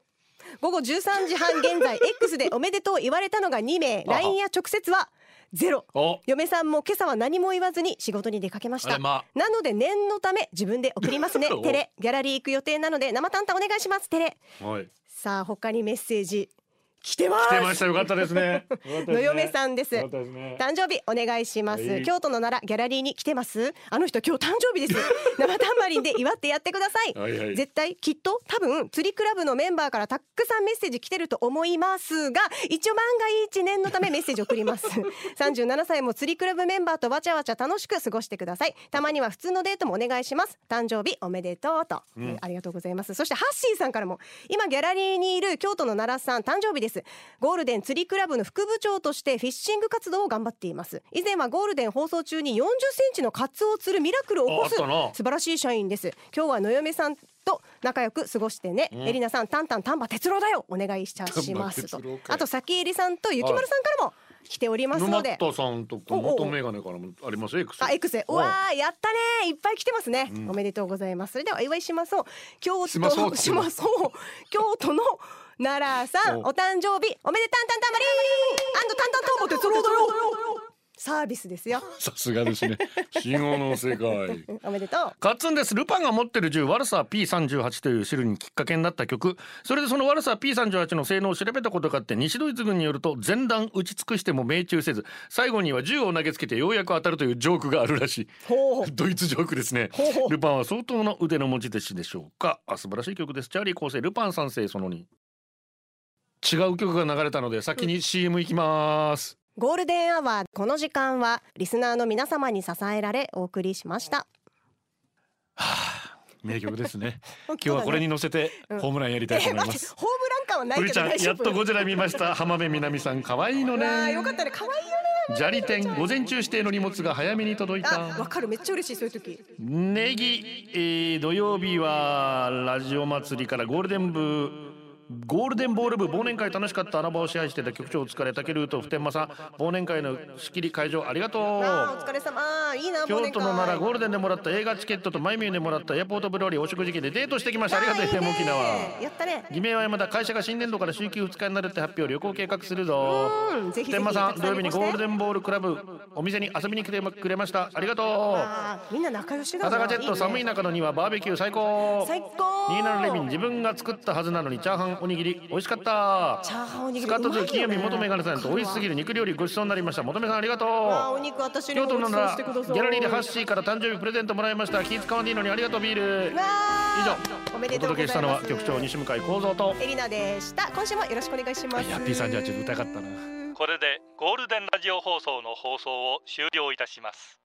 Speaker 2: 午後13時半現
Speaker 1: *laughs*
Speaker 2: 在 X でおめでとう言われたのが2名
Speaker 1: あは
Speaker 2: LINE や直接はゼロ
Speaker 1: お
Speaker 2: 嫁さんも今朝は何も言わずに仕事に出かけまし
Speaker 1: あれ
Speaker 2: た
Speaker 1: まあ
Speaker 2: なので念のため自分で送
Speaker 1: *laughs*
Speaker 2: りますね
Speaker 1: お
Speaker 2: テレギャラリー行く予定なので生担当お願いしますテレ
Speaker 1: はい
Speaker 2: さあ他にメッセージ来てま
Speaker 1: 来
Speaker 2: す
Speaker 1: てましたよかったですね。
Speaker 2: の嫁さんです
Speaker 1: よかったですね。
Speaker 2: 誕生日お願いします、
Speaker 1: はい
Speaker 2: 京都の奈良ギャラリーに来てますあの人今日誕生 *laughs* 日です生タンマリンで祝ってやってください
Speaker 1: はいはい
Speaker 2: 絶対きっと多分釣りクラブのメンバーからたくさんメッセージ来てると思いますが一応万が一念のためメッセージ送ります
Speaker 1: *laughs*
Speaker 2: 37歳も釣りクラブメンバーとわちゃわちゃ楽しく過ごしてくださいたまには普通のデートもお願いします誕生日おめでとうと、えーありがとうございますそしてハッシーさんからも今ギャラリーにいる京都の奈良さん誕生日ですゴールデン釣りクラブの副部長としてフィッシング活動を頑張っています以前はゴールデン放送中に40センチのカツオを釣るミラクルを起こす
Speaker 1: ああったな
Speaker 2: 素晴らしい社員です今日はのよめさんと仲良く過ごしてね、えりなさんタンタン丹波哲郎だよお願いしちゃしますと
Speaker 1: 丹波哲郎かい
Speaker 2: あと先えりさんとゆきまるさんからも来ております
Speaker 1: 沼
Speaker 2: ので
Speaker 1: 田さんとか元メガネからもありますよ。X
Speaker 2: あ、エクセ、うわー、やったねー、いっぱい来てますね、おめでとうございます。それではお祝いしましょう。京都、
Speaker 1: しましょう
Speaker 2: しましょう京都の奈良さん、
Speaker 1: お
Speaker 2: お誕生日、おめでたんたんたんまりー。アンドたんたんたんぼ哲郎だよ。サービスですよ。
Speaker 1: さすがですね。信号の世界。
Speaker 2: おめでとう。
Speaker 1: カッツンです。ルパンが持ってる銃、ワルサー P38 というシルにきっかけになった曲。それでそのワルサー P38 の性能を調べたことがあって、西ドイツ軍によると、前段撃ち尽くしても命中せず、最後には銃を投げつけてようやく当たるというジョークがあるらしい。ドイツジョークですね。ルパンは相当の腕の持ち弟子でしょうか。あ、素晴らしい曲です。チャーリー構成、ルパン三世その2。違う曲が流れたので、先に CM 行きます。
Speaker 2: ゴールデンアワー、この時間はリスナーの皆様に支えられ、お送りしました。
Speaker 1: *laughs* 名曲ですね。
Speaker 2: 今
Speaker 1: 今日はこれに乗せて、ホームランやりたいと
Speaker 2: え、
Speaker 1: 思い
Speaker 2: 待
Speaker 1: ま
Speaker 2: って、
Speaker 1: す。
Speaker 2: ホームラン感はない
Speaker 1: プリ
Speaker 2: けど
Speaker 1: ちゃん
Speaker 2: 大丈
Speaker 1: やっ
Speaker 2: 夫。
Speaker 1: とゴジラ見ました浜辺美波さん可愛いの
Speaker 2: あー、よ
Speaker 1: ね
Speaker 2: かったね、可愛いよね。
Speaker 1: 砂利店午前中指定の荷物が早めに届い
Speaker 2: あ、わ
Speaker 1: た
Speaker 2: かる、めっちゃ嬉しい、そういう時。
Speaker 1: ネギ、えー土曜日はラジオ祭りからゴールデン部ゴールデンボール部忘年会楽しかった穴場を支配してた局長お疲れ竹ルート普天間さん忘年会の仕切り会場ありがと
Speaker 2: あー、お
Speaker 1: う
Speaker 2: 疲れ様。あーいいな、忘
Speaker 1: 京
Speaker 2: 年
Speaker 1: 都
Speaker 2: 会
Speaker 1: のならゴールデンでもらった映画チケットとマイミューでもらったエアポートブローリーお食事券でデートしてきましたありがとう
Speaker 2: いいね
Speaker 1: 沖縄
Speaker 2: やったね。
Speaker 1: 偽名はまだ会社が新年度から週休2日になるって発表旅行計画するぞ
Speaker 2: うん、ぜひぜ
Speaker 1: 天
Speaker 2: ひ。
Speaker 1: 満さん土曜日にゴールデ
Speaker 2: ン。
Speaker 1: ンボールクラブお店に遊びに来てくれましたありがとう
Speaker 2: あーみんな仲良しだな。
Speaker 1: 朝がジェット寒い
Speaker 2: な。
Speaker 1: 中のにはバーベキュー最高
Speaker 2: 最高。
Speaker 1: ニーナのレビン自分が作ったはずなのにチャーハンおにぎり美味しかった
Speaker 2: チャーハンおにぎり
Speaker 1: スカットズー金曜日
Speaker 2: うまいよね
Speaker 1: 元メガネさんと美味しすぎる肉料理ごちそうになりました元メさんありがと
Speaker 2: あーお
Speaker 1: う
Speaker 2: 肉私に
Speaker 1: 京
Speaker 2: も
Speaker 1: 都
Speaker 2: ご
Speaker 1: の
Speaker 2: ち
Speaker 1: な
Speaker 2: そう
Speaker 1: ら
Speaker 2: して
Speaker 1: ギ
Speaker 2: ください。
Speaker 1: ャラリーでハッシーから誕生日プレゼントもらいました気使わんでいいのにありがとうビール
Speaker 2: わ
Speaker 1: 以上
Speaker 2: ーおめ
Speaker 1: お
Speaker 2: でとうご
Speaker 1: 届け
Speaker 2: ざいます。
Speaker 1: したのは局長西向井光三と
Speaker 2: エリナでした。今週もよろしくお願いします。
Speaker 1: いや P38 歌いたかったな
Speaker 3: これでゴールデンラジオ放送の放送を終了いたします